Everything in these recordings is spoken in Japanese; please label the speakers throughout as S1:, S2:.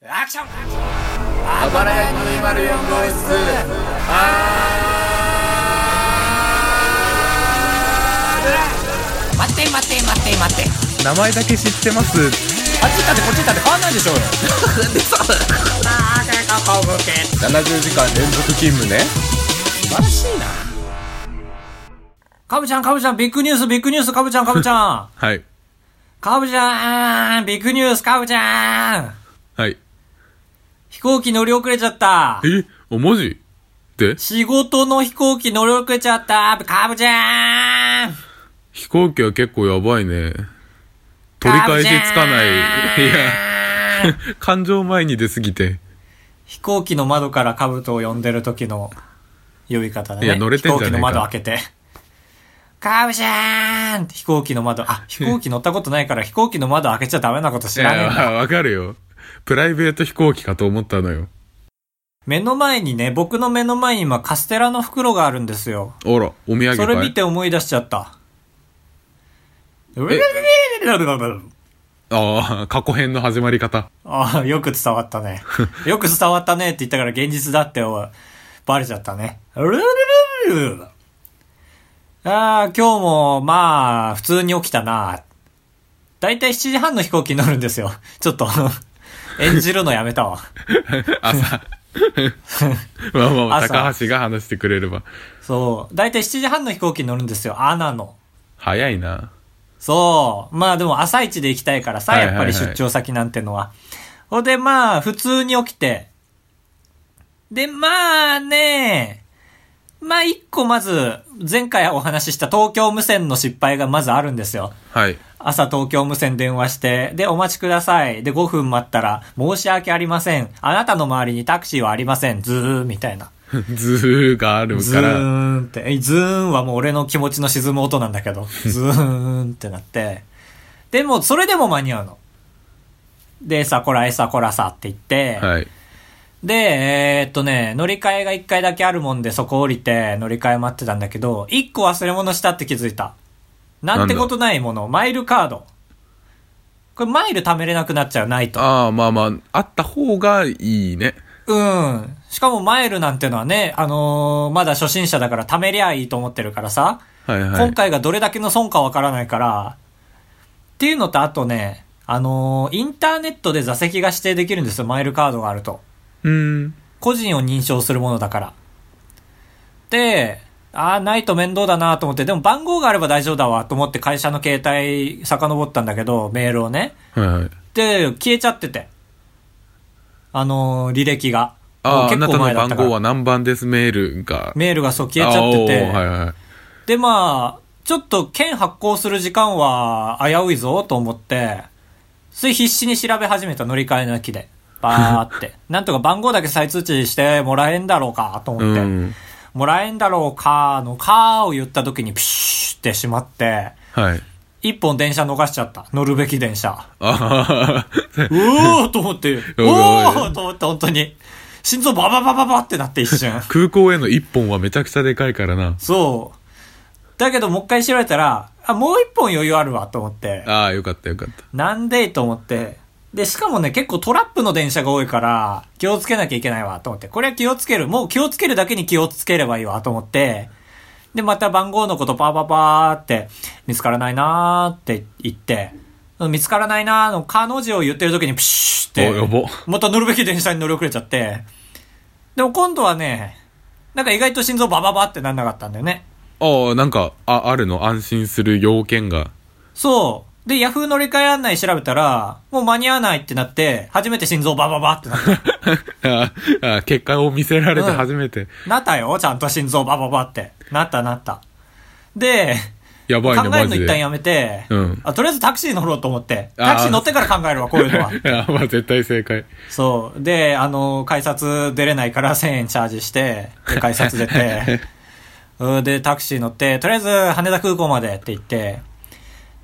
S1: アクション
S2: あばらや204号室
S1: 待って待って待って待って
S3: 名前だけ知ってます
S1: あっち行ったってこっち行ったって変わんないでし ょうよ
S3: 70時間連続勤務ね
S1: 素晴らしいなかぶちゃんかぶちゃんビッグニュースビッグニュースかぶち ゃんかぶちゃん
S3: はい
S1: かぶちゃんビッグニュースかぶちゃん
S3: はい
S1: 飛行機乗り遅れちゃった
S3: えお文字で
S1: 仕事の飛行機乗り遅れちゃったかぶちゃん
S3: 飛行機は結構やばいね取り返しつかないいや感情前に出すぎて
S1: 飛行機の窓からカブトを呼んでる時の呼び方だね。
S3: いや乗れてんじゃ
S1: 飛行
S3: ね
S1: 機の
S3: えか
S1: 窓開けて。カブちゃーんって飛行機の 窓、あ、飛行機乗ったことないから飛行機の窓開けちゃダメなこと知らねえん
S3: いや
S1: だ。
S3: わわかるよプライベート飛行機かと思ったのよ
S1: 目の前にね、僕の目の前に今カステラの袋があるんですよ。
S3: あらお土産
S1: それ
S3: か
S1: 見
S3: い
S1: て思い出しちゃった。
S3: ああ過去編の始まり方
S1: ああ、よく伝わった ね。よく伝わったねって言ったから現実だっておいバレちゃったね。 ああ、今日も、まあ、普通に起きたな。だいたい7時半の飛行機に乗るんですよ。ちょっと、 演じるのやめたわ。
S3: 朝まあまあまあ
S1: 朝
S3: 高橋が話してくれれば
S1: そう。だいたい7時半の飛行機に乗るんですよ。アナの。
S3: 早いな
S1: そう。まあでも朝一で行きたいからさ、
S3: はいはい
S1: や
S3: は
S1: っ
S3: い
S1: ぱり出張先なんてのは。ほんでまあ、普通に起きて。で、まあね、まあ一個まず、前回お話しした東京無線の失敗がまずあるんですよ。
S3: はい
S1: 朝東京無線電話して、で、お待ちください。で、5分待ったら、申し訳ありません。あなたの周りにタクシーはありません。ズーン、みたいな。
S3: ズーがある
S1: ズ
S3: から、
S1: ーンって、えズーンはもう俺の気持ちの沈む音なんだけ ど、ズーンってなって、でも、それでも間に合うの。で、さこらえさこらさって言って、
S3: はい。
S1: で、えーっとね、乗り換えが1回だけあるもんで、そこ降りて乗り換え待ってたんだけど、1個忘れ物したって気づいた。なんてことないもの、マイルカード。これマイル貯めれなくなっちゃう、ないと。
S3: ああ、まあまあ、あった方がいいね。
S1: うん。しかもマイルなんてのはね、あのーまだ初心者だから貯めりゃいいと思ってるからさ、
S3: はいはい。
S1: 今回がどれだけの損かわからないから、っていうのとあとね、あのーインターネットで座席が指定できるんですよ、マイルカードがあると。
S3: うーん。
S1: 個人を認証するものだから。で、ああ、ないと面倒だなと思って、でも番号があれば大丈夫だわと思って会社の携帯遡ったんだけど、メールをね。
S3: はいはい。
S1: で、消えちゃってて。あのー履歴が。
S3: あ
S1: もう
S3: あ、あ
S1: 結
S3: な
S1: 構
S3: たの
S1: 前だっ
S3: 番
S1: たから
S3: 号は何番ですメールが。
S1: メールがそう消えちゃってて。
S3: ああおーはいはい。
S1: で、まあ、ちょっと券発行する時間は危ういぞと思って、それ必死に調べ始めた乗り換えの駅で。バー って。なんとか番号だけ再通知してもらえんだろうかと思って。
S3: うん
S1: もらえんだろうかのかを言った時にピシュってしまって、
S3: はい。
S1: 一本電車逃しちゃった。乗るべき電車。
S3: ああ、
S1: うおーと思 って、うおーと思って本当に。心臓バババババってなって一瞬。
S3: 空港への一本はめちゃくちゃでかいからな。
S1: そう。だけどもう一回調べたら、あ、もう一本余裕あるわと思って。
S3: ああ、よかったよかった。
S1: なんでと思って。で、しかもね、結構トラップの電車が多いから、気をつけなきゃいけないわ、と思って。これは気をつける。もう気をつけるだけに気をつければいいわ、と思って。で、また番号のことパーパーパーって、見つからないなーって言って、見つからないなーの彼女を言ってる時にプシュって、
S3: おやば
S1: また乗るべき電車に乗り遅れちゃって。でも今度はね、なんか意外と心臓バババってなんなかったんだよね。
S3: ああ、なんか、あ、あるの安心する要件が。
S1: そう。で、ヤフー乗り換え案内調べたら、もう間に合わないってなって、初めて心臓バババってな った。
S3: ああああ、結果を見せられて
S1: うん
S3: 初めて。
S1: なったよ、ちゃんと心臓バババって。なったなった。で、
S3: やば
S1: 考
S3: いね、
S1: え
S3: マ
S1: るの
S3: ジ
S1: 一旦
S3: で。
S1: やめて、
S3: うん
S1: あ、とりあえずタクシー乗ろうと思って、
S3: あー
S1: タクシー乗ってから考えるわ、こういうのは。
S3: ああ、まあ絶対正解。
S1: そう。で、あの、改札出れないから1000円チャージして、で改札出 て、うんで、タクシー乗って、とりあえず羽田空港までって言って、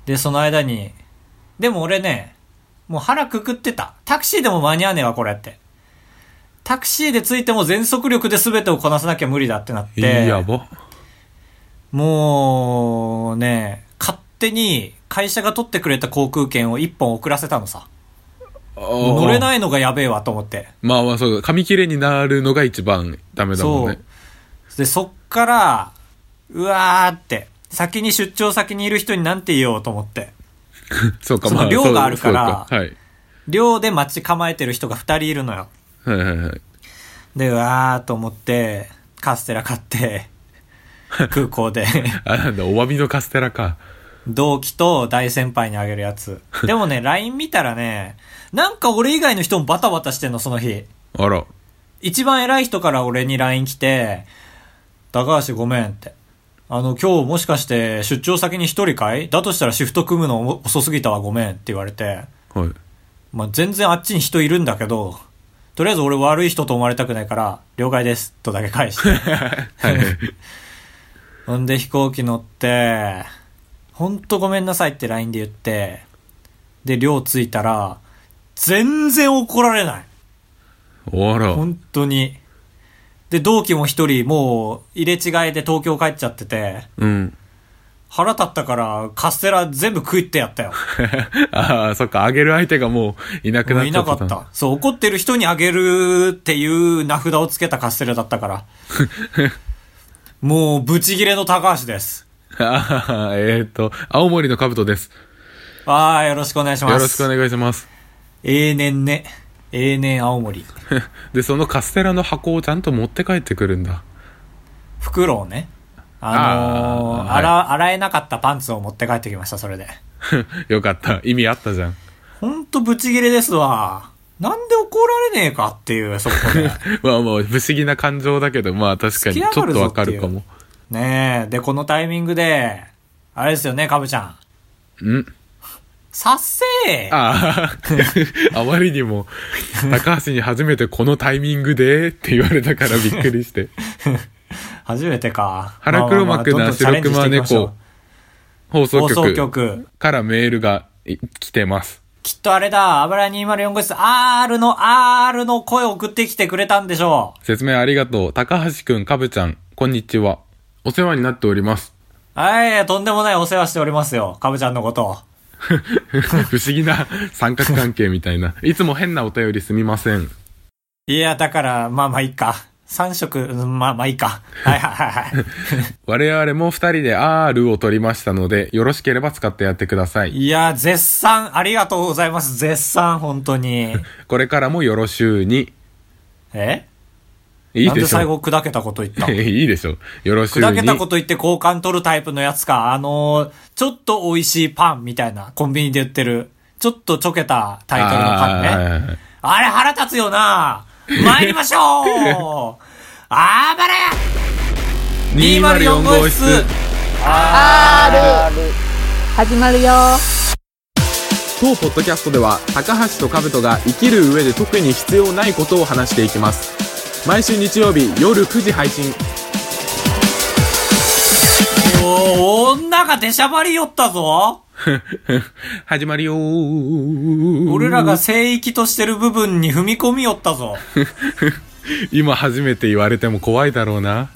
S1: で、その間に、でも俺ね、もう腹くくってた。タクシーでも間に合わねえわ、これって。タクシーで着いても全速力で全てをこなさなきゃ無理だってなって、
S3: やば。
S1: もうね、勝手に会社が取ってくれた航空券を1本送らせたのさ。
S3: あ。
S1: もう乗れないいのがやべえわと思って。
S3: まあまあそうだ。紙切れになるのが一番ダメだもん
S1: そ
S3: ね
S1: う。。で、そっから、うわーって、先に出張先にいる人になんて言おうと思って。
S3: そうか、
S1: その
S3: まあ。
S1: 量があるから
S3: そうそう
S1: 寮で待ち構えてる人が二人いるのよ。
S3: かはい。はいはいはい。
S1: で、うわーと思って、カステラ買 って、空港で。
S3: あ、なんだ、お詫びのカステラか。
S1: 同期と大先輩にあげるやつ。でもね、LINE 見たらね、なんか俺以外の人もバタバタしてんの、その日。
S3: あら。
S1: 一番偉い人から俺に LINE 来て、高橋ごめんって。あの、今日もしかして出張先に一人かいだとしたらシフト組むの遅すぎたわ、ごめんって言われて。
S3: はい。
S1: まあ、全然あっちに人いるんだけど、とりあえず俺悪い人と思われたくないから、了解です、とだけ返して。ほんで飛行機乗って、ほんとごめんなさいって LINE で言って、で、寮着いたら、全然怒られない。
S3: おあら。
S1: 本当に。で、同期も一人、もう、入れ違いで東京帰っちゃってて、
S3: うん。
S1: 腹立ったから、カステラ全部食いってやったよ。
S3: ああ、そっか、あげる相手がもういなく
S1: も
S3: な
S1: う
S3: っ
S1: い
S3: ちゃ
S1: なか
S3: った。
S1: った。そう、怒ってる人にあげるっていう名札をつけたカステラだった から。もう、ブチギレの高橋です。
S3: ああ、えっ、と、青森の兜です。
S1: ああ、よろしくお願いし
S3: よ
S1: ます。
S3: ろしくお願いします。
S1: 永年ね。永年青森。
S3: で、そのカステラの箱をちゃんと持って帰ってくるんだ。
S1: 袋をね。あのー
S3: あー
S1: 洗洗えなかったパンツを持って帰ってきました、それで。
S3: よかった。意味あったじゃん。
S1: ほんとブチギレですわ。なんで怒られねえかっていう、そこ で。
S3: まあまあ、不思議な感情だけど、まあ確かに、
S1: 好き
S3: ち
S1: やが
S3: ょっ
S1: る
S3: と
S1: ぞっ
S3: わ
S1: てい
S3: か
S1: う
S3: るかも。
S1: ねえ。で、このタイミングで、あれですよね、かぶちゃん。
S3: ん
S1: さっせー
S3: あ あ、あまりにも、高橋に初めてこのタイミングでって言われたからびっく りして。
S1: 初めてか。
S3: 腹黒幕な白熊猫放
S1: 放
S3: 送
S1: 送
S3: 局
S1: 局。
S3: からメールがい来てます。
S1: きっとあれだ、あばら204号室 R の R の声を送ってきてくれたんでしょう。
S3: 説明ありがとう。高橋くん、かぶちゃん、こんにちは。お世話になってお ります。
S1: はい、とんでもないお世話しておりますよ。かぶちゃんのこと。
S3: 不思議な三角関係みたいな。いつも変なお便りすみません。
S1: いや、だから、まあまあいいか。三色、うんまあまあいいか。はいはいはいはい。
S3: 我々も二人で R を取りましたので、よろしければ使ってやってくだ さい。
S1: いや、絶賛、ありがとうございます。絶賛、本当に。
S3: これからもよろしゅうに。
S1: え
S3: いい
S1: なん
S3: で
S1: で
S3: しょ
S1: 最後砕けたこと言った
S3: いいでしょよろしゅうに。
S1: 砕けたこと言って交換取るタイプのやつか。あのーちょっと美味しいパンみたいな、コンビニで売ってる。ちょっとちょけたタイトルのパン
S3: あーはい
S1: ね。
S3: はいはい
S1: あれ腹立つよな参りましょう あばれ
S3: 204号室
S4: 始まるよ
S5: 当ポッドキャストでは高橋と兜が生きる上で特に必要ないことを話していきます毎週日曜日夜9時配信
S1: おー女が出しゃばりよったぞ
S3: 始まるよー
S1: 俺らが聖域としてる部分に踏み込みよった ぞ。
S3: 今初めて言われても怖いだろうな。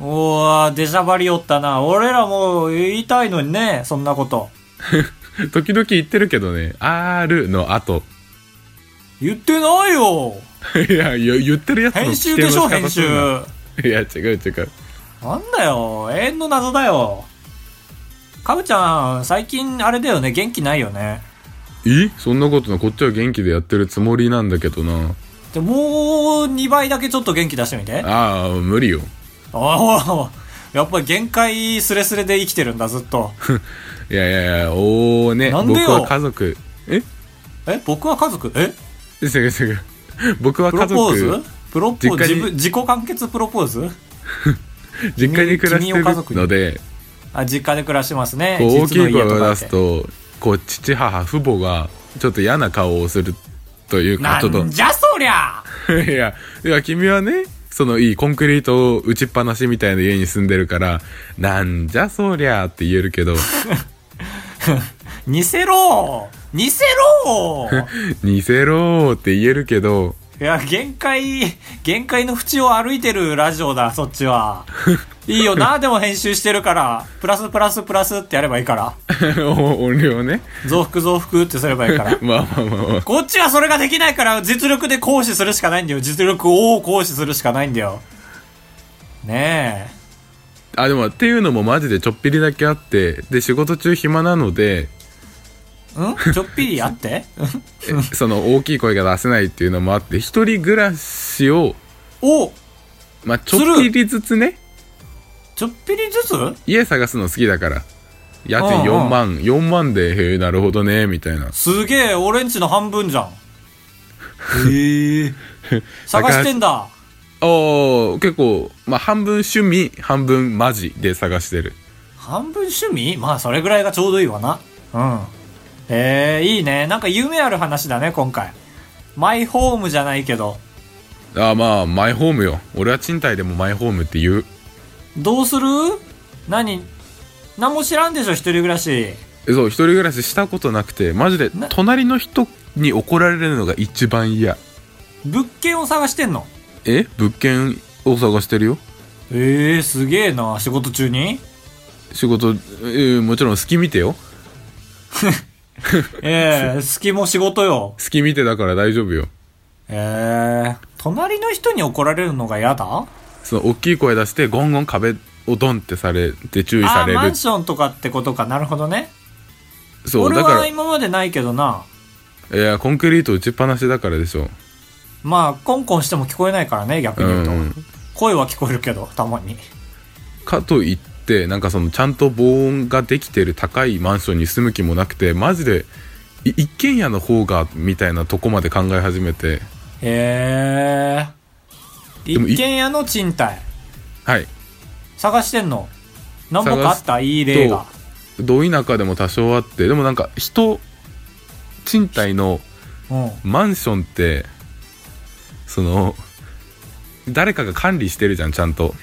S1: おー、出しゃばりよったな。俺らもう言いたいのにね、そんなこと。
S3: 時々言ってるけどね、R の後。
S1: 言ってないよ
S3: いや、言言ってるやつの
S1: 編
S3: 規
S1: 集で
S3: 定の
S1: し
S3: 仕
S1: ょ、
S3: 方
S1: 編集
S3: す。んな。いや、違う違う。
S1: なんだよ、永遠の謎だよ。かぶちゃん、最近あれだよね、元気ないよね。
S3: えそんなことなこっちは元気でやってるつもりなんだけどな
S1: でもう2倍だけちょっと元気出してみて。あ
S3: ああ無理よ
S1: あ、やっぱり限界すれすれで生きてるんだ、ずっ と。
S3: いやいやいやおおね
S1: なん
S3: 僕
S1: でよ
S3: は家族え
S1: え、僕は家族え
S3: 違う違う僕は
S1: プ
S3: 家
S1: ロポー
S3: 族
S1: ズプロポー
S3: 実
S1: ズ自
S3: 家に
S1: 分自己完結プロポーズ
S3: 実家に暮らして
S1: 君を家族
S3: る
S1: に
S3: ので
S1: あ、実家で暮らしてますね。
S3: こう大きい声を出す
S1: 実の
S3: とこう父母父母がちょっと嫌な顔をするというかちょ
S1: 家とかって。な
S3: っ
S1: んじゃそりゃ
S3: といやいや君はねそのいいコンクリートを打ちっぱなしみたいな家に住んでるからなんじゃそりゃーって言えるけど
S1: 似せろ似せろ
S3: 似せろーって言えるけど
S1: いや、限界、限界の縁を歩いてるラジオだ、そっち は。いいよな、でも編集してるから、プラスプラスプラスってやればいいから。
S3: お音量ね。
S1: 増幅増幅ってすればいい から。
S3: まあまあまあまあ。
S1: こっちはそれができないから、実力で行使するしかないんだよ。実力を行使するしかないんだよ。ね
S3: あ、でも、っていうのもマジでちょっぴりだけあって、で、仕事中暇なので、
S1: え。んちょっぴりあ ってん
S3: えその大きい声が出せないっていうのもあって、一人暮らしを、
S1: お
S3: まあ、ちょっぴりずつね、
S1: ちょっぴりずつ
S3: 家探すの好きだから、家
S1: うんう
S3: 賃
S1: ん
S3: 4万、4万で、へえ、なるほどね、みたいな。
S1: すげえ、俺んちの半分じゃん。へえ。探してんだ。
S3: おー、結構、まあ、半分趣味、半分マジで探してる。
S1: 半分趣味まあそれぐらいがちょうどいいわなうんえー、いいねなんか夢ある話だね今回マイホームじゃないけど
S3: あーまあ、マイホームよ。俺は賃貸でもマイホームって言う。
S1: どうする何何も知らんでしょ一人暮らし
S3: えそう、一人暮らししたことなくて、マジで
S1: な、
S3: 隣の人に怒られるのが一番嫌。
S1: 物件を探してんの
S3: え物件を探してるよ。
S1: えー、すげえな仕事中に
S3: 仕事、えーもちろん隙見てよ。
S1: ええー、隙も仕事よ
S3: 隙見てだから大丈夫よ。
S1: えー、隣の人に怒られるのが嫌だ
S3: その、大きい声出して、ゴンゴン壁をドンってされて注意
S1: あ
S3: さ
S1: あ
S3: れ
S1: マ
S3: る
S1: ン。ションとかってことかなるほどね
S3: そう、
S1: 俺
S3: だか
S1: は今までないけどな
S3: ら、いや、コンクリート打ちっぱなしだからでしょ。
S1: まあコンコンしても聞こえないからね逆
S3: う
S1: に言うと、
S3: ん。
S1: 声は聞こえるけどたまに
S3: かといってなんかそのちゃんと防音ができてる高いマンションに住む気もなくてマジでい一軒家の方がみたいなとこまで考え始めて
S1: へえ
S3: でもい
S1: 一軒家の賃貸
S3: はい
S1: 探してんの何本かあったいい例
S3: と
S1: が
S3: ど田舎でも多少あってでもなんか人賃貸の
S1: うん
S3: マンションってその誰かが管理してるじゃんちゃんと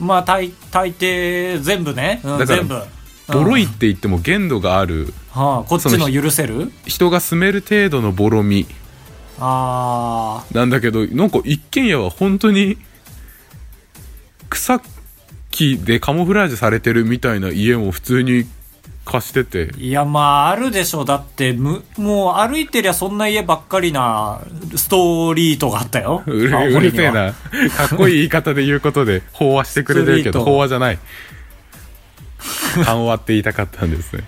S1: まあ大大抵全部ね、うん
S3: だから
S1: 全部
S3: ボロい
S1: うん
S3: って言っても限度がある
S1: はあ、こっちの許せる
S3: 人が住める程度のボロみ
S1: あ
S3: なんだけど、なんか一軒家は本当に、草木でカモフラージュされてるみたいな家も普通に貸してて、
S1: ーいやまああるでしょだってむもう歩いてりゃそんな家ばっかりなストーリートがあったよ
S3: うる
S1: 青
S3: う
S1: 森
S3: る
S1: に
S3: せえ
S1: は
S3: な。かっこいい言い方で言うことで、飽和してくれてるけど、
S1: ストリート
S3: 飽和じ ゃない。緩和って言いたかったんですね。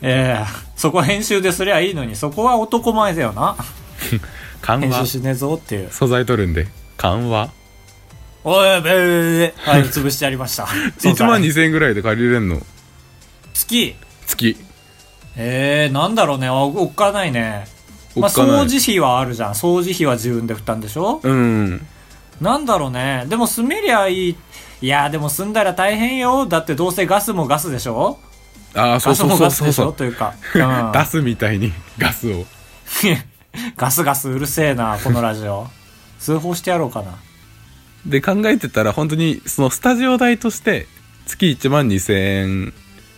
S1: ええそこは編集ですりゃいいのにそこは男前だよな
S3: 緩
S1: 編
S3: 和
S1: 集。しねえぞっていう
S3: 素材取るんで、緩和。
S1: おい、べーべー、 はい、潰してやりました。
S3: 1万2000円ぐらいで借りれんの。
S1: 月。
S3: 月。
S1: えー、なんだろうね、おおっかないね。まあ、
S3: おっかない
S1: 掃除費はあるじゃん。掃除費は自分で負担でしょ
S3: うん。
S1: なんだろうね。でも住めりゃいい。いや、でも住んだら大変よ。だってどうせガスもガスでしょ
S3: ああ、そ
S1: ガ
S3: う
S1: ス
S3: そう
S1: も
S3: そ
S1: ガ
S3: う
S1: ス
S3: そう
S1: でし
S3: そ
S1: ょ
S3: う。
S1: という か。
S3: 出すみたいに ガス
S1: う
S3: を。
S1: んガスガスうるせえな、このラジオ。通報してやろうかな。
S3: で考えてたら本当にそのスタジオ代として月1万2000円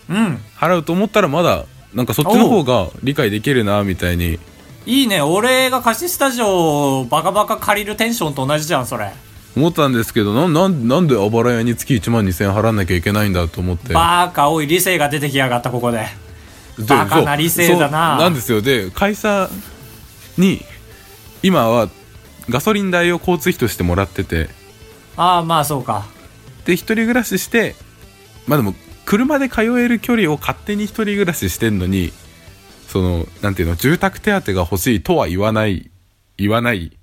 S1: うん。
S3: 払うと思ったらまだなんかそっちの方が理解できるなみたいに
S1: いいね。俺が貸しスタジオをバカバカ借りるテンションと同じじゃん、それ。
S3: 思ったんですけどなんなんなんであばら屋に月1万2000円払わなきゃいけないんだと思って
S1: バーカ多い理性が出てきやがった、ここで。
S3: で
S1: バカ
S3: そう
S1: な理性だな
S3: そうなんですよで会社に今はガソリン代を交通費としてもらってて
S1: ああ、まあそうか。
S3: で一人暮らししてまあでも車で通える距離を勝手に一人暮らししてんのにそのなんていうの住宅手当が欲しいとは言わない言わない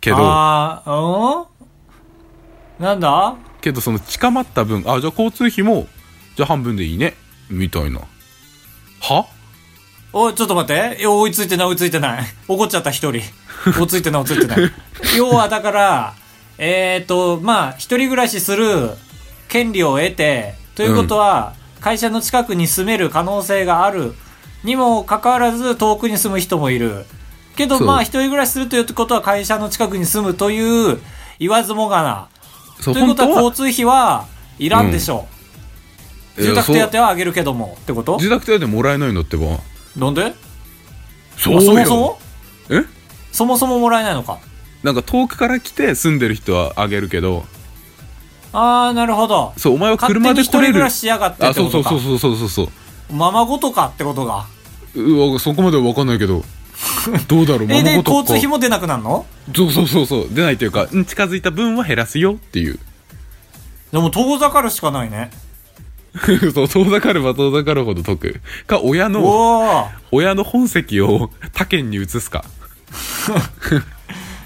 S3: けど
S1: ああ、うんなんだ
S3: けどその近まった分あじゃあ交通費もじゃあ半分でいいねみたいなは
S1: おい、ちょっと待って。いや追いついてない、追いついてない。怒っちゃった、一 人。追いついてない、追いついてない。要は、だから、えっ、ー、と、まあ、一人暮らしする権利を得て、ということは、会社の近くに住める可能性がある。にもかかわらず、遠くに住む人もいる。けど、
S3: そう
S1: まあ、一人暮らしするということは、会社の近くに住むという、言わずもがな。
S3: そう
S1: というこ
S3: 本
S1: とは
S3: 当
S1: 交
S3: は
S1: 通費はいらんでしょう、
S3: いや
S1: 住宅手
S3: そ
S1: 当は上げるけどもってこと
S3: う住宅手当もらえないんだってば
S1: なんで
S3: そ
S1: あ
S3: う
S1: そも
S3: よ
S1: そも
S3: え
S1: そもそももらえないのか。
S3: なんか遠くから来て住んでる人はあげるけど
S1: あー、なるほど。
S3: そうお前は
S1: 勝
S3: 車
S1: 手に
S3: で
S1: 一
S3: 来
S1: 人
S3: れ
S1: 暮
S3: る
S1: らししやがって
S3: あ
S1: って
S3: そ
S1: こ
S3: うそ
S1: と
S3: う
S1: か
S3: そ。うそうそうそう
S1: ままごとかってことが。
S3: うわそこまでは分かんないけどどうだろう
S1: え、で、
S3: 物事
S1: 交通費
S3: も
S1: も出なくなるの
S3: そうそうそうそう出ないというかうん近づいた分は減らすよっていう
S1: でも遠ざかるしかないね。
S3: そう遠ざかれば遠ざかるほど得か親の
S1: おー。
S3: 親の本籍を他県に移すか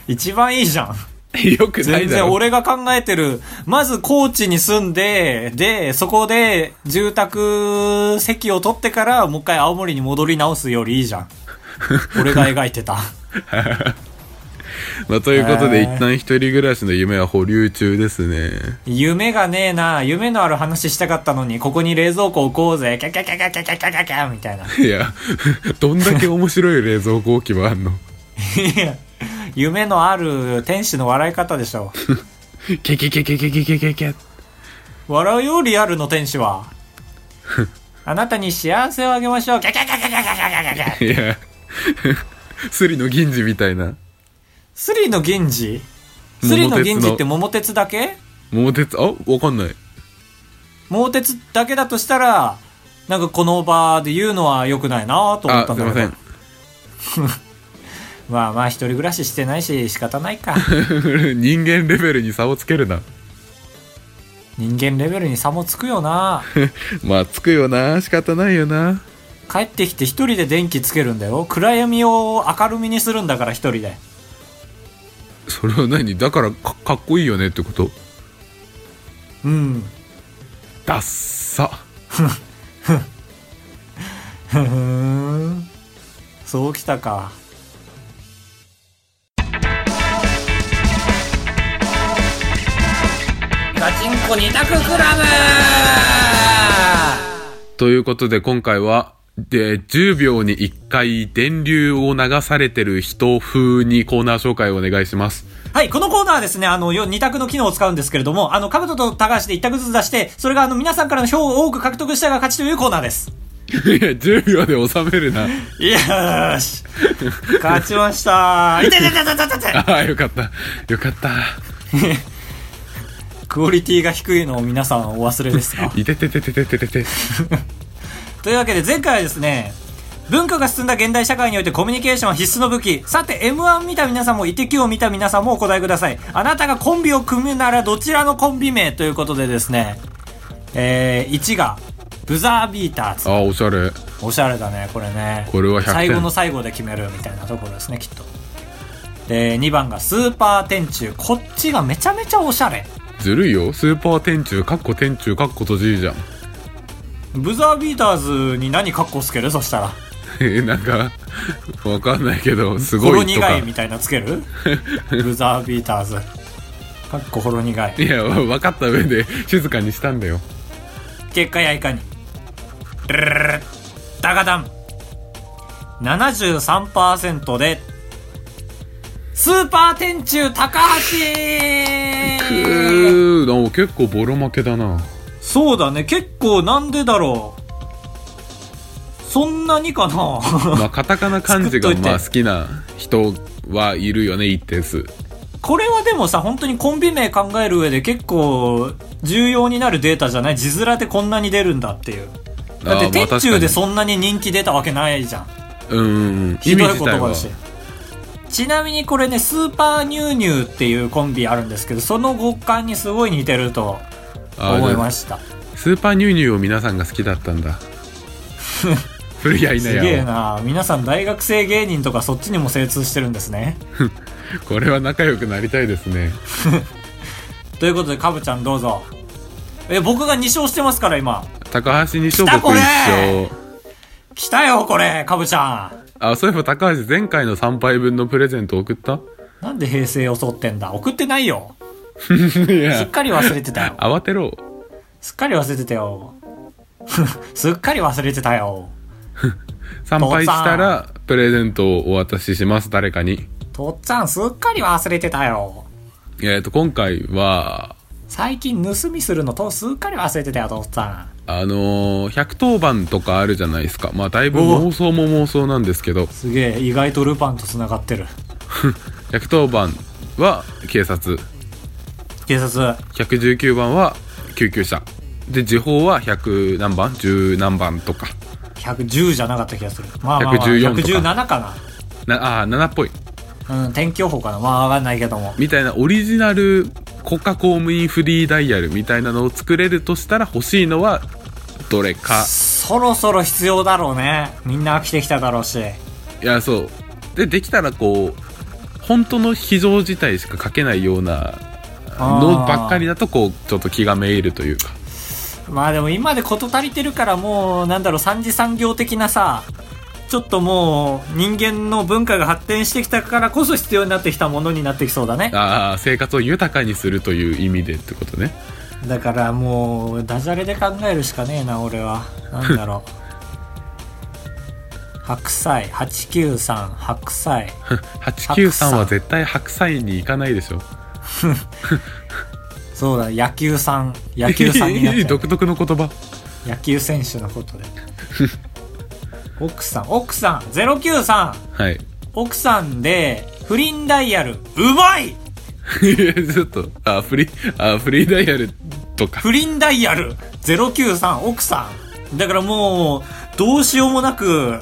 S1: 一番いいじゃん。
S3: よくな
S1: 全
S3: いだ
S1: 然
S3: ろ
S1: 俺が考えてる、まず高知に住んで、で、そこで住宅席を取ってからもう一回青森に戻り直すよりいいじゃ ん。俺が描いてた。
S3: まあ、ということで、
S1: え
S3: 一
S1: ー
S3: 旦一人暮らしの夢は保留中ですね。
S1: 夢がねえな夢のある話したかったのに、ここに冷蔵庫置こうぜ、キャキャキャキャキャキャキャキャキャみたいな。
S3: いや、どんだけ面白い冷蔵庫置き場あんの
S1: いや夢のある天使の笑い方でしょ。
S3: ケケケケケケケケケ。
S1: 笑うよ、リアルの天使は。あなたに幸せをあげましょう。キャキャキャキャキャキャキャキャキャ
S3: いや、スリの銀次みたいな。
S1: スリの源氏スリの源氏って桃鉄だけ
S3: 桃鉄、あ、わかんない。
S1: 桃鉄だけだとしたら、なんかこの場で言うのは良くないなと思っ
S3: あ、
S1: たん
S3: すい
S1: だ
S3: ま
S1: け
S3: せ
S1: ど。
S3: ん。
S1: まあまあ一人暮らししてないし仕方ないか。
S3: 人間レベルに差をつけるな。
S1: 人間レベルに差もつくよな
S3: まあ、つくよな。仕方ないよな。
S1: 帰ってきて一人で電気つけるんだよ。暗闇を明るみにするんだから一人で。
S3: それは何だからか、かっこいいよねってこと
S1: うん。
S3: ダッサ。
S1: ふふん。そうきたか。
S2: ガチンコ二択クラブ
S3: ということで今回は、で、10秒に1回電流を流されてる人風にコーナー紹介をお願いします。
S1: はい、このコーナーはですね、あの、よ二択の機能を使うんですけれども、あの、カブトと高橋で一択ずつ出して、それがあの、皆さんからの票を多く獲得したが勝ちというコーナーです。
S3: いや、10秒で収めるな。
S1: よーし勝ちましたいててててててて
S3: ああ、よかった。よかった。
S1: クオリティが低いのを皆さんお忘れですか
S3: いてててててててて。
S1: というわけで前回はですね文化が進んだ現代社会においてコミュニケーションは必須の武器。さて、M1 見た皆さんも、イテ Q を見た皆さんもお答えください。あなたがコンビを組むならどちらのコンビ名ということでですね、えー、1が、ブザービーターズ
S3: あ。あ、おしゃれ。
S1: おしゃれだね、これね。
S3: これは100点
S1: 最後の最後で決めるみたいなところですね、きっと。で、2番がスーパー天柱。こっちがめちゃめちゃおしゃれ。
S3: ずるいよ。スーパー天中、かっこ天中、かっこ閉じいじゃん。
S1: ブザービーターズに何格好つけるそしたら。
S3: え、なん か、わかんないけど、す
S1: ほ
S3: ご
S1: ろ
S3: いと
S1: 苦
S3: か
S1: い。みたいなつけるブザービーターズ。かっこほろ苦
S3: い
S1: い。
S3: や、わかった上で静かにしたんだよ。
S1: 結果やいかに。ルルルルルダガダン。73%で、スーパー天柱高
S3: う
S1: 橋
S3: ー、でも結構ボロ負けだ な。
S1: そうだね、結構なんでだろう。そんなにかな
S3: まあ、カタカナ漢字
S1: 作
S3: が
S1: っといて
S3: まあ好きな人はいるよね、一定数。
S1: これはでもさ、本当にコンビ名考える上で結構重要になるデータじゃない字面でこんなに出るんだっていう。だっ
S3: あーま
S1: て天
S3: あ確か
S1: 中
S3: に
S1: でそんなに人気出たわけないじゃん。
S3: うんうんうん。
S1: ひどい言葉だ
S3: 意味自
S1: し
S3: 体は。
S1: ちなみにこれね、スーパーニューニューっていうコンビあるんですけど、その五感にすごい似てると
S3: あー
S1: 思いま
S3: じ
S1: した。
S3: ゃあスーパーニューニューを皆さんが好きだった んだ。古いやいな
S1: すげえ
S3: や
S1: な皆さん大学生芸人とかそっちにも精通してるんですね。
S3: を。これは仲良くなりたいですね。
S1: ということで、かぶちゃんどうぞ。え、僕が2勝してますから、今。
S3: 高橋にしょ
S1: 来た
S3: 僕
S1: こ
S3: 一
S1: れ
S3: 緒。
S1: 来たよ、これ、かぶちゃん。
S3: あ、そういえば高橋前回の3杯分のプレゼント送った
S1: なんで平成を襲ってんだ送ってないよ。
S3: い
S1: すっ
S3: や、
S1: かり忘れてたよ。
S3: 慌てろ。
S1: すっかり忘れてたよ。 すっかり忘れてたよ。
S3: 参拝したらプレゼントをお渡しします、誰かに。
S1: とっつぁん、すっかり忘れてたよ。
S3: えっ、と、今回は、
S1: 最近盗みするのとすっかり忘れてたよ、とっつぁん。
S3: あのー、110番とかあるじゃないですか。まあ、だいぶ妄想も妄想なんですけど、
S1: すげえ、意外とルパンと繋がってる。
S3: 110番は警察
S1: 警察。
S3: 119番は救急車で時報は100何番10何番とか
S1: 110じゃなかった気がする。まあまあ、まあ、
S3: 114とか
S1: 117か
S3: なあー7っぽい
S1: な。うん、天気予報かな。まあ、わかんないけども。
S3: みたいなオリジナル国家公務員フリーダイヤルみたいなのを作れるとしたら欲しいのはどれか
S1: そろそろ必要だろうね。みんな飽きてきただろうし。
S3: いやそうでできたらこう本当の非常事態しか書けないようなのばっかりだとこうちょっと気がめいるというか
S1: まあでも今で事足りてるからもう、なんだろう、三次産業的なさ、ちょっともう人間の文化が発展してきたからこそ必要になってきたものになってきそうだね。
S3: ああ生活を豊かにするという意味でってことね
S1: だからもう、ダジャレで考えるしかねえな、俺は。なんだろう。白菜、893、白菜。
S3: 893は絶対白菜に行かないでしょ
S1: そうだ、野球さん、野球さん になっちゃう
S3: 独特の言葉
S1: 野球選手のことで。奥さん、奥さん、093、
S3: はい
S1: 奥さんで、不倫ダイヤル、うまい
S3: いやちょっとあフリーあフリーダイヤルとか
S1: 不倫ダイヤル093奥さんだからもうどうしようもなく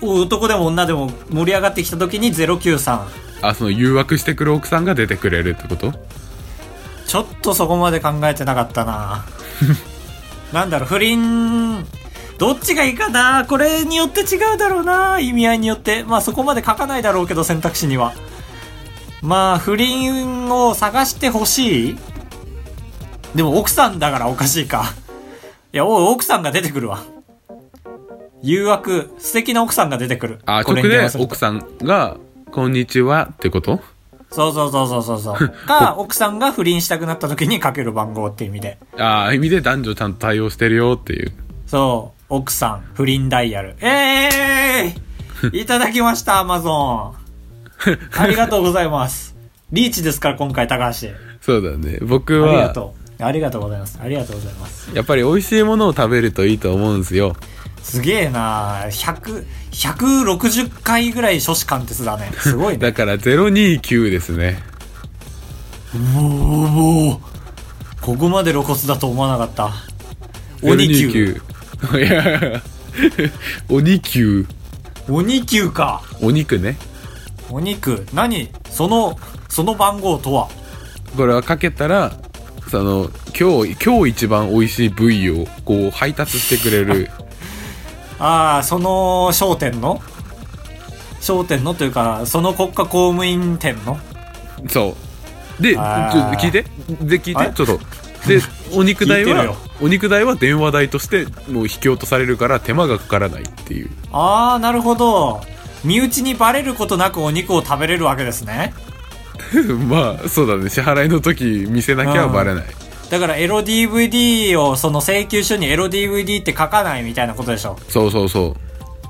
S1: 男でも女でも盛り上がってきた時に093
S3: あその誘惑してくる奥さんが出てくれるってこと
S1: ちょっとそこまで考えてなかった ななんだろう不倫どっちがいいかなこれによって違うだろうな意味合いによってまあそこまで書かないだろうけど選択肢にはまあ不倫を探してほしいでも奥さんだからおかしいかいやおい奥さんが出てくるわ誘惑素敵な奥さんが出てくる
S3: あ直
S1: に電
S3: で
S1: 話すると
S3: 奥さんが「こんにちは」ってこと
S1: そうそうそうそうそう そうか奥さんが不倫したくなった時にかける番号って意味で
S3: ああ意味で男女ちゃんと対応してるよっていう
S1: そう、奥さん、不倫ダイヤル。ええーい ただきました、アマゾン。ありがとうございます。リーチですから、今回、高橋。
S3: そうだね僕
S1: ありが
S3: は
S1: とう。ありがとうございます。ありがとうございます。
S3: やっぱり美味しいものを食べるといいと思うんですよ
S1: すげえな100、160回ぐらい書士貫徹だね。すごいね。
S3: だから029ですね
S1: もう、もう、ここまで露骨だと思わなかった。鬼級。
S3: 029いや 鬼級
S1: 鬼級か。
S3: お肉ね
S1: お肉。何その、その番号とは
S3: これはかけたらその今日今日一番美味しい部位をこう配達してくれる
S1: ああその商店の商店のというかその国家公務員店の
S3: そうでちょ
S1: あー
S3: 聞いてで聞
S1: あれ
S3: いてちょっと でお肉代
S1: 聞いてる
S3: は
S1: よ
S3: お肉代は電話代としてもう引き落とされるから手間がかからないっていう
S1: ああなるほど身内にバレることなくお肉を食べれるわけですね
S3: まあそうだね支払いの時見せなきゃバレない
S1: だからエロ DVD をその請求書にエロ DVD って書かないみたいなことでしょ
S3: そうそうそう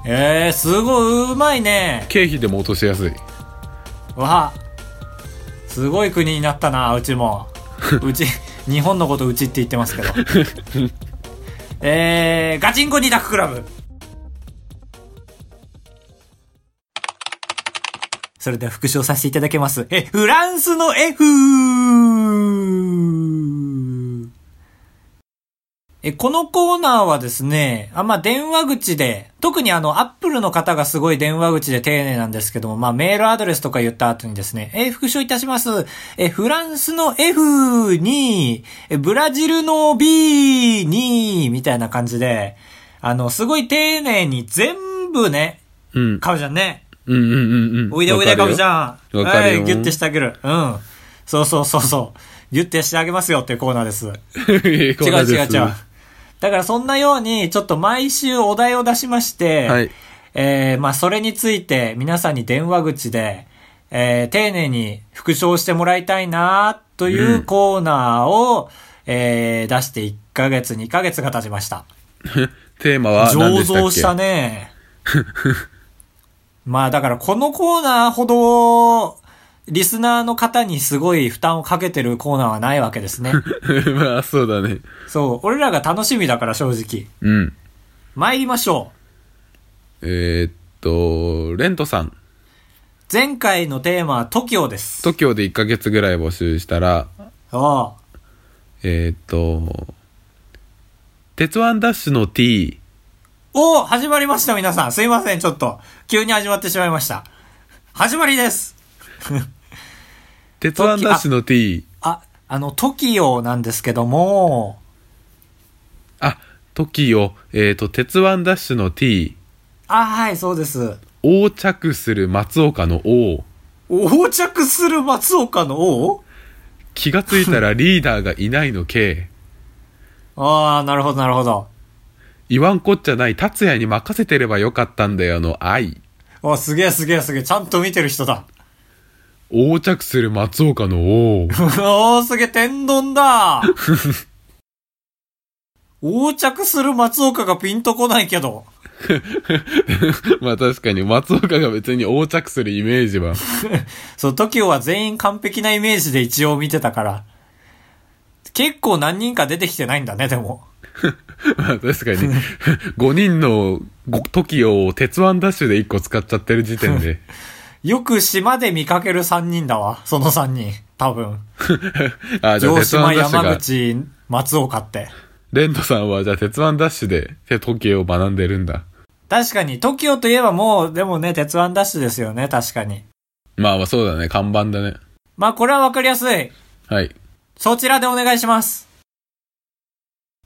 S1: ええー、すごいうまいね
S3: 経費でも落としやすい
S1: わすごい国になったなうちもうち日本のことうちって言ってますけどえー、ガチンコ二択クラブそれでは復唱させていただきますえフランスの F え、このコーナーはですね、あ、まあ、電話口で、特にあの、アップルの方がすごい電話口で丁寧なんですけども、まあ、メールアドレスとか言った後にですね、え、復唱いたします。え、フランスの F に、え、ブラジルの B に、みたいな感じで、あの、すごい丁寧に全部ね、
S3: うん
S1: かぶちゃんね。
S3: うんうんうんうん
S1: おいでおいで、かぶち
S3: ん
S1: ゃん。
S3: わかるよ
S1: はい、ギュッてしてあげる。うん。そうそうそうそう。ギュッてしてあげますよっていうコーナーです。
S3: 違う
S1: 違う違う違う。だからそんなように、ちょっと毎週お題を出しまして、
S3: はい
S1: えー、まあそれについて皆さんに電話口で、えー、丁寧に復唱してもらいたいなといううコーナーを、えー、出して1ヶ月、2ヶ月が経ちました。
S3: テーマは
S1: 醸
S3: 何でしたっけ
S1: 造した ね。まあだからこのコーナーほど、リスナーの方にすごい負担をかけてるコーナーはないわけです ね。
S3: まあそうだね
S1: そう、俺らが楽しみだから正直。
S3: うん
S1: 参りましょ
S3: えーっとレントさん
S1: う。前回のテーマは TOKIO です。
S3: 東京で1ヶ月ぐらい募集したら、
S1: あ
S3: えーっと、鉄腕ダッシュの T、
S1: おお始まりました、皆さん。すいません、ちょっと。急に始まってしまいました。始まりです
S3: 鉄腕ダッシュの T、
S1: あ、あの、TOKIO なんですけども、
S3: あ、時を、えーっと、鉄腕ダッシュの T、
S1: あ、はい、そうです。
S3: 横着する松岡の O、
S1: 横着する松岡の王
S3: 気がついたらリーダーがいないの K、
S1: ああ、なるほど、なるほど。
S3: 言わんこっちゃない達也に任せてればよかったんだよの I、
S1: おすげえすげえすげえ。ちゃんと見てる人だ。
S3: 横着する松岡の O、
S1: おーすげえ、天丼だ横着する松岡がピンとこないけど。
S3: まあ確かに松岡が別に横着するイメージは、
S1: そう、TOKIO は全員完璧なイメージで一応見てたから。結構何人か出てきてないんだね、でも。
S3: まあ確かに、5人の TOKIO を鉄腕ダッシュで1個使っちゃってる時点で、
S1: よく島で見かける3人だわ、その3人。多分。
S3: あ、じゃあ
S1: 城
S3: 鉄
S1: 島、
S3: 腕ダッシュ
S1: 山
S3: が、
S1: 口、松岡って。
S3: レントさんはじゃあ鉄腕ダッシュで TOKIO を学んでるんだ。
S1: 確かに、TOKIO といえばもう、でもね、鉄腕ダッシュですよね、確かに。
S3: まあまあそうだね、看板だね。
S1: まあ、これはわかりやすい。
S3: はい。
S1: そちらでお願いします。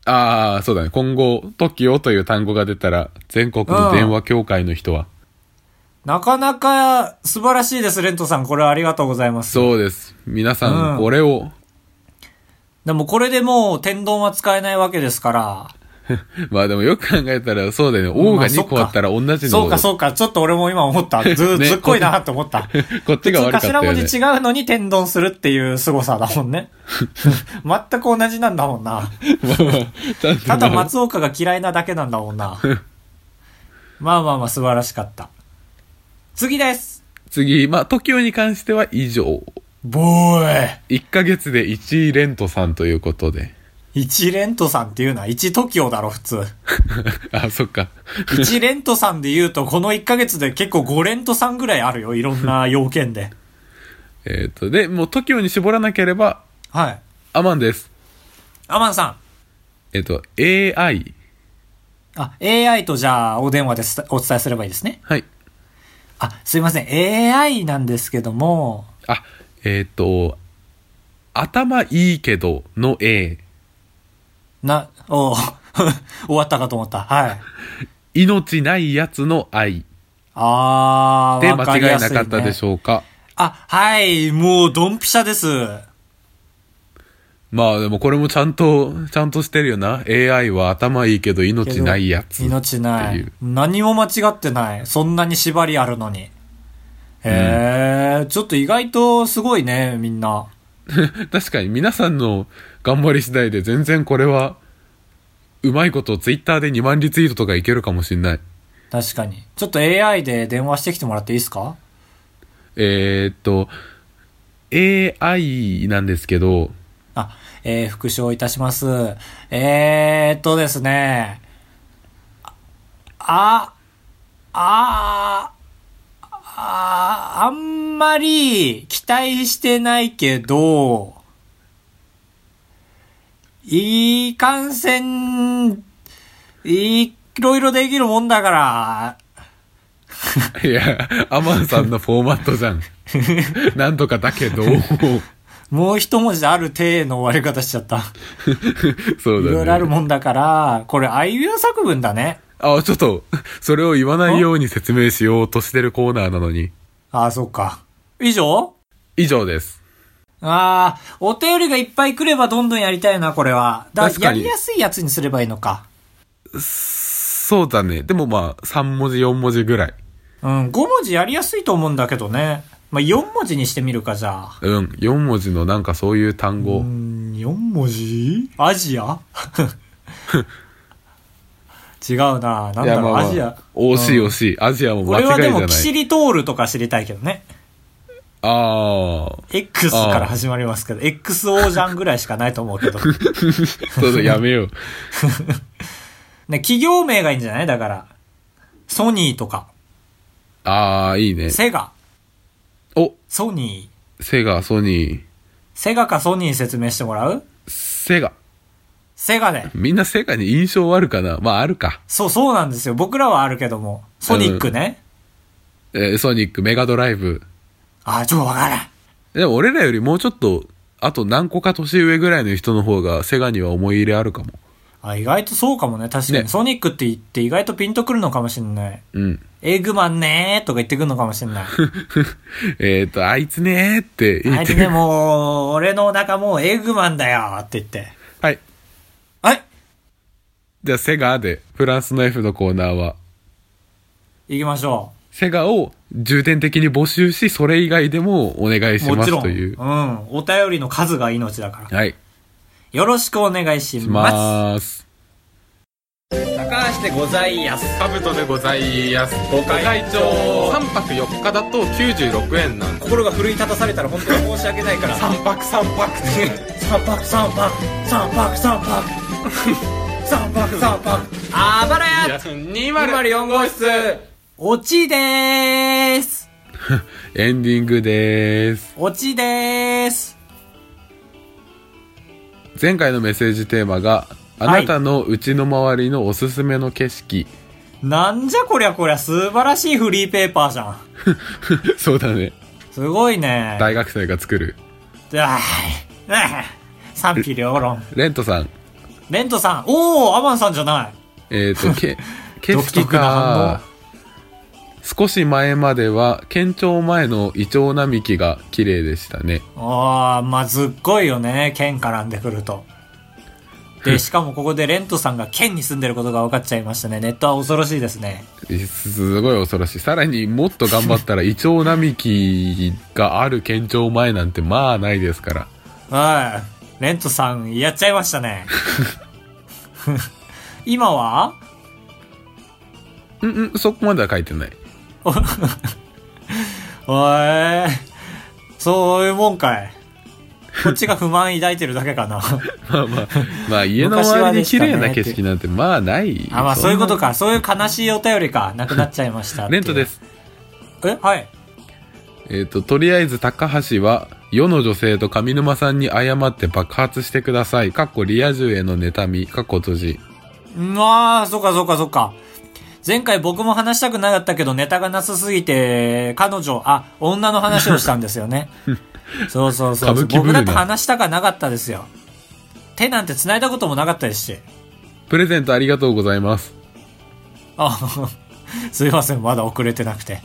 S3: ああ、そうだね。今後、TOKIO という単語が出たら、全国の電話協会の人は、
S1: なかなか素晴らしいです、レントさん。これはありがとうございます。
S3: そうです。皆さん、
S1: うん
S3: これを、
S1: でもこれでもう天丼は使えないわけですから。
S3: まあでもよく考えたら、そうだよね。王
S1: ま
S3: が
S1: あそ
S3: 2
S1: っ
S3: 個あったら同じの。
S1: そうかそうか、ちょっと俺も今思 った。ずー、
S3: ね
S1: ずっこいなって思っ た。
S3: こっちが悪かった
S1: 普通
S3: よ
S1: 頭文
S3: ね。
S1: 字 違うのに天丼するっていう凄さだもんね。全く同じなんだもんな。
S3: ちゃんと
S1: ただ松岡が嫌いなだけなんだもん な。まあまあまあ素晴らしかった。次です
S3: 次、まあ、TOKIO に関しては以上。
S1: ボーイ
S3: 1ヶ月で1位レントさんということで。
S1: 一レントさんっていうのは一トキオだろ、普通。
S3: あ、そっか。
S1: 一レントさんで言うと、この1ヶ月で結構5レントさんぐらいあるよ、いろんな要件で。
S3: えっ、と、で、もう TOKIO に絞らなければ、
S1: はい。
S3: アマンです。
S1: アマンさん。
S3: えっ、と、AI。
S1: あ、AI とじゃあ、お電話で伝えお伝えすればいいですね。
S3: はい。
S1: あ、すいません。AI なんですけども、
S3: あ、えっ、と、頭いいけどの A。
S1: な、おう 終わったかと思った。はい。
S3: 命ないやつの I。
S1: あー、
S3: で、
S1: わか
S3: 間
S1: りや
S3: 違い
S1: す
S3: ない
S1: ね
S3: かったでしょうか。
S1: あ、はい、もう、ドンピシャです。
S3: まあでもこれもちゃんと、ちゃんとしてるよな。AI は頭いいけど命ないやつ。
S1: 命な
S3: ってい。
S1: いう何も間違ってない。そんなに縛りあるのに。へえ、ちょっと意外とすごいね、みんな。
S3: 確かに皆さんの頑張り次第で全然これは、うまいことツイッターで2万リツイートとかいけるかもしんない。
S1: 確かに。ちょっと AI で電話してきてもらっていいですか
S3: えー、っと、AI なんですけど、
S1: あ、えー、復唱いたします。えーっとですね。あ、あ、あ、あ、あんまり期待してないけど、いい感染、いろいろできるもんだから、
S3: いや、アマンさんのフォーマットじ ゃん。なんとかだけど、
S1: もう一文字である体の終わり方しちゃった。
S3: そう
S1: い
S3: だね。
S1: ろいろあるもんだから、これ、あいうえお作文だね。
S3: あ、ちょっと、それを言わないように説明しようとしてるコーナーなのに。
S1: ああ、そうか。以上
S3: 以上です。
S1: ああ、お便りがいっぱい来ればどんどんやりたいな、これは。だ
S3: 確かに
S1: やりやすいやつにすればいいのか。
S3: そうだね。でもまあ、3文字、4文字ぐらい。
S1: うん、5文字やりやすいと思うんだけどね。まあ、4文字にしてみるか、じゃあ。
S3: うん。4文字のなんかそういう単語。
S1: うん、4文字アジア 違うな。なん
S3: い
S1: だ
S3: や、
S1: ろう、
S3: まあ、まあ、
S1: アジア。
S3: 惜しい惜
S1: しい。
S3: しい。アジアも間
S1: 俺は
S3: 違いじ
S1: で
S3: ゃな
S1: も、
S3: い。
S1: キシリトールとか知りたいけどね。
S3: ああ。
S1: X
S3: あー
S1: から始まりますけど、XO じゃんぐらいしかないと思うけ ど。
S3: そうだ、やめよう。
S1: ね、企業名がいいんじゃないだから。ソニーとか、
S3: ああ、いいね。
S1: セガ、
S3: お
S1: ソニー。
S3: セガ、ソニー、
S1: セガかソニー説明してもらう
S3: セガ。
S1: セガで。
S3: みんなセガに印象あるかなまああるか。
S1: そう、そうなんですよ。僕らはあるけども。ソニックね。
S3: えーソニック、メガドライブ。
S1: あ、ちょ、わからん。
S3: でも俺らよりもうちょっと、あと何個か年上ぐらいの人の方がセガには思い入れあるかも。
S1: あ、意外とそうかもね。確かに。
S3: ね
S1: ソニックって言って意外とピンとくるのかもしんない。
S3: うん。
S1: エッグマンねーとか言ってくるのかもしんない。
S3: えっと、あいつねーって言
S1: あ
S3: っ
S1: いつ
S3: てる。
S1: ね、もう、俺のお腹もうエッグマンだよって言って。
S3: はい。
S1: はい
S3: じゃあセガで、フランスの F のコーナーは、
S1: 行きましょ
S3: セガを重点的に募集し、それ以外でもお願い
S1: う。
S3: し
S1: も
S3: ま
S1: ちろ
S3: す
S1: ん。
S3: という。
S1: うん。お便りの数が命だから。
S3: はい。
S1: よろしくお願いし
S3: し
S1: ます。
S3: ます。
S2: 高橋でございやす。
S5: カブトでございますご会長3泊4日だと96円なんで
S1: 心が奮い立たされたら本当に申し訳ないから。三泊三泊三泊三泊三泊三泊三泊三泊あばらや
S5: す204号室
S1: オチでーす
S3: エンディングでーす。
S1: オチでーす
S3: 前回のメッセージテーマが、あ
S1: はい
S3: なたのうちの周りのおすすめの景色。
S1: なんじゃこりゃこりゃ素晴らしいフリーペーパーじゃん。
S3: そうだね。
S1: すごいね。
S3: 大学生が作る。
S1: あーねえ賛否両論。
S3: レントさん。
S1: レントさん。おー、アマンさんじゃない。
S3: えっ、と、 け、景色
S1: 独特な反
S3: か。少し前までは、県庁前のイチョウ並木が綺麗でしたね。
S1: あー、まあ、ずっこいよね。剣絡んでくると。で、しかもここでレントさんが剣に住んでることが分かっちゃいましたね。ネットは恐ろしいですね。
S3: えすごい恐ろしい。さらにもっと頑張ったら、イチョウ並木がある県庁前なんてまあないですから。
S1: はい。レントさん、やっちゃいましたね。 今は
S3: うんうん、そこまでは書いてない。
S1: へえそういうもんかい。こっちが不満抱いてるだけか な。
S3: まあまあ、まあ家の周りに綺麗な景色なんてまあない。
S1: あ、まあ
S3: んな
S1: そういうこと。か。そういう悲しいお便りか。なくなっちゃいました。。
S3: レントですす。
S1: え、はい。
S3: えっ、と、とりあえず高橋は、世の女性と上沼さんに謝って爆発してください。かっこリア充への妬み、かっこ閉じ。
S1: まあ、そっかそっかそっか。前回僕も話したくなかったけどネタがなさすぎて、彼女、あ、女の話をしたんですよ ね。そうそうそう
S3: 歌舞伎ブー
S1: 僕
S3: ム
S1: だって話したかなかったですよ。手なんて繋いだこともなかったですし。
S3: プレゼントありがとうございます。
S1: あ、 すいません、まだ遅れてなくて。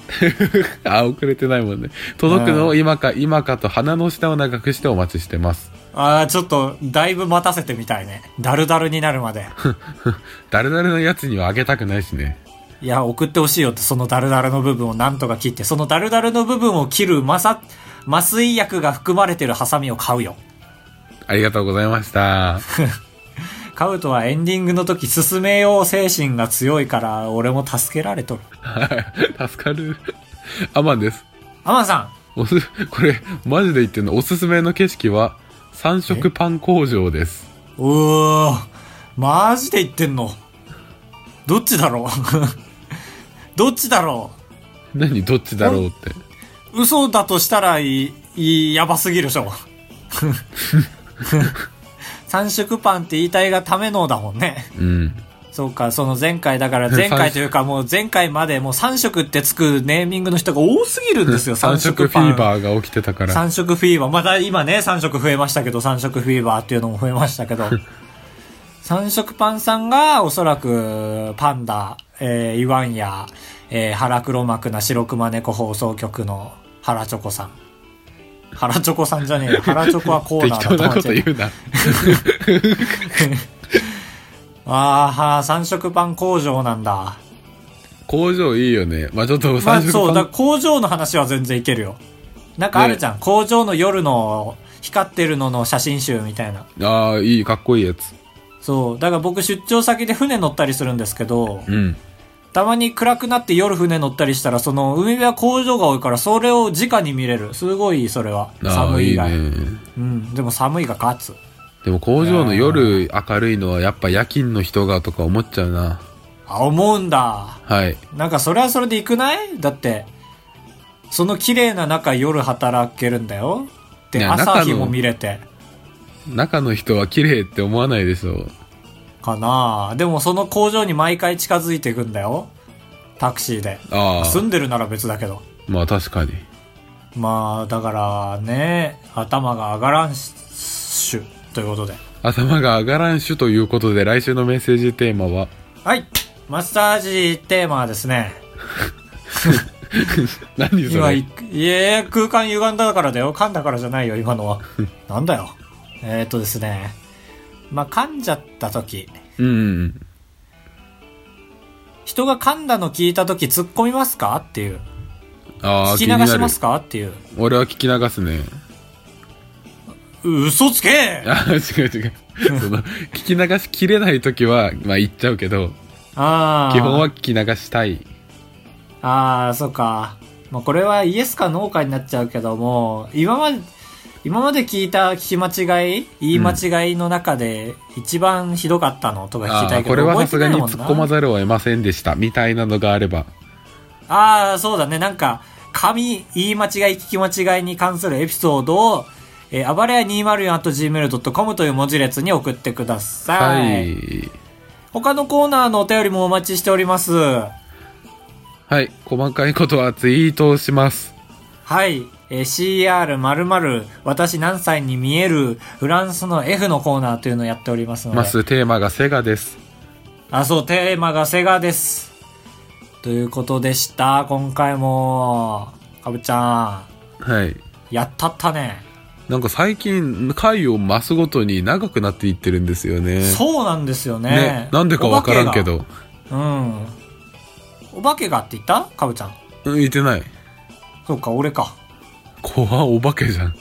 S3: あ、遅れてないもんね。届くのを今か今かと鼻の下を長くしてお待ちしてます。
S1: ああ、ちょっと、だいぶ待たせてみたいね。だるだるになるま で。
S3: 誰々のやつにはあげたくないしね。
S1: いや、送ってほしいよって、そのだるだるの部分をなんとか切って、そのだるだるの部分を切るまさ、麻酔薬が含まれてるハサミを買うよ。
S3: ありがとうございました。
S1: 買うとはエンディングの時、進めよう精神が強いから、俺も助けられとる。
S3: 助かる。アマンです。
S1: アマンさ
S3: おす、これ、マジで言ってんの、おすすめの景色は、三色パン工場です。
S1: ん。うー、マジで言ってんのどっちだろう どっちだろ
S3: 何、どっちだろうって。
S1: う嘘だとしたらいい、いいやばすぎるでしょ。 三色パンって言いたいがためのだもんね。
S3: うん。
S1: そうか、その前回、だから前回というかもう前回までもう3色ってつくネーミングの人が多すぎるんですよ、
S3: 三
S1: 3
S3: 色
S1: 色
S3: フ
S1: パン。
S3: ィーバーが起きてたから。
S1: 3色フィーバー。また今ね、3色増えましたけど、3色フィーバーっていうのも増えました けど。3色パンさんがおそらくパンダ、えー、イワンや、えー、腹黒幕な白熊猫放送局の原チョコさん。原チョコさんじゃねえよ。 原チョコはコーナ
S3: 適
S1: ーだ
S3: 当なこと言 うな。
S1: あーはー、三色パン工場なんだ。
S3: 工場いいよね。まあちょっと
S1: まあ
S3: 三
S1: そう、
S3: 色パ
S1: だ
S3: ン、
S1: から工場の話は全然いけるよ。なんかあるじゃん。工場の夜の光ってるのの写真集みたいな。
S3: ああ、いい、かっこいいやつ。
S1: そう。だから僕出張先で船乗ったりするんですけど、
S3: うん。
S1: たまに暗くなって夜船乗ったりしたら、その海辺は工場が多いから、それを直に見れる。すごい、それは。
S3: ああ、
S1: 寒い
S3: い
S1: 以
S3: い
S1: 外。
S3: ね。
S1: うん。でも寒いが勝つ。
S3: でも工場の夜明るいのはやっぱ夜勤の人がとか思っちゃうな。
S1: あ、思うんだ。
S3: はい。
S1: なんかそれはそれで行くないだって、その綺麗な中夜働けるんだよ。
S3: い
S1: で、
S3: や
S1: 朝日
S3: 中の
S1: も見れて。
S3: 中の人は綺麗って思わないでしょう。
S1: かなあでもその工場に毎回近づいていくんだよ。タクシーで。
S3: あ
S1: 住
S3: あ、
S1: んでるなら別だけど。
S3: まあ確かに。
S1: まあ、だからね、頭が上がらんし、ということで。
S3: 頭が上がらん種ということで、来週のメッセージテーマは、
S1: はい。マッサージテーマはですね。
S3: 何そ
S1: 今
S3: れ
S1: い、いえ、空間歪んだからだよ。噛んだからじゃないよ、今のは。なんだよ。えー、っとですね。まあ、噛んじゃった時。
S3: うんうん。
S1: 人が噛んだの聞いた時突っ込みますかっていう。
S3: ああ、
S1: 聞
S3: 気
S1: き
S3: になる
S1: 流しますかっていう。
S3: 俺は聞き流すね。
S1: 嘘つけ
S3: ああ、違う 違う。その、聞き流しきれないときは、まあ言っちゃうけど、
S1: あー
S3: 基本は聞き流したい。
S1: ああ、そうか。まあ、これはイエスかノーかになっちゃうけども、今まで、今まで聞いた聞き間違い言い間違いの中で一番ひどかったのとか聞き
S3: あ
S1: た
S3: あ、
S1: いけど、
S3: これは
S1: 覚え
S3: さ
S1: て
S3: す
S1: な
S3: が
S1: い
S3: に
S1: もん
S3: 突っ込ま
S1: な
S3: ざるを得ませんでした、みたいなのがあれば。
S1: ああ、そうだね。なんか、紙、言い間違い、聞き間違いに関するエピソードを、えー、暴れや 204.gmail.com という文字列に送ってくださ。
S3: はいい。
S1: 他のコーナーのお便りもお待ちしております。
S3: はい、細かいことはツイートをします。
S1: はい。えー CR○○ 私何歳に見えるフランスの F のコーナーというのをやっておりますので。
S3: ます、テーマがセガです。
S1: あ、そう、テーマがセガです。ということでした。今回も、かぶちゃ
S3: はい。
S1: ん、やったったね。
S3: なんか最近、回を増すごとに長くなっていってるんですよね。
S1: そうなんですよね。
S3: ね。なんでかわからんけど。
S1: お化けが。うん。お化けがって言ったかぶちゃん。
S3: うん、いてない。
S1: そうか、俺か。
S3: 怖お化けじゃん。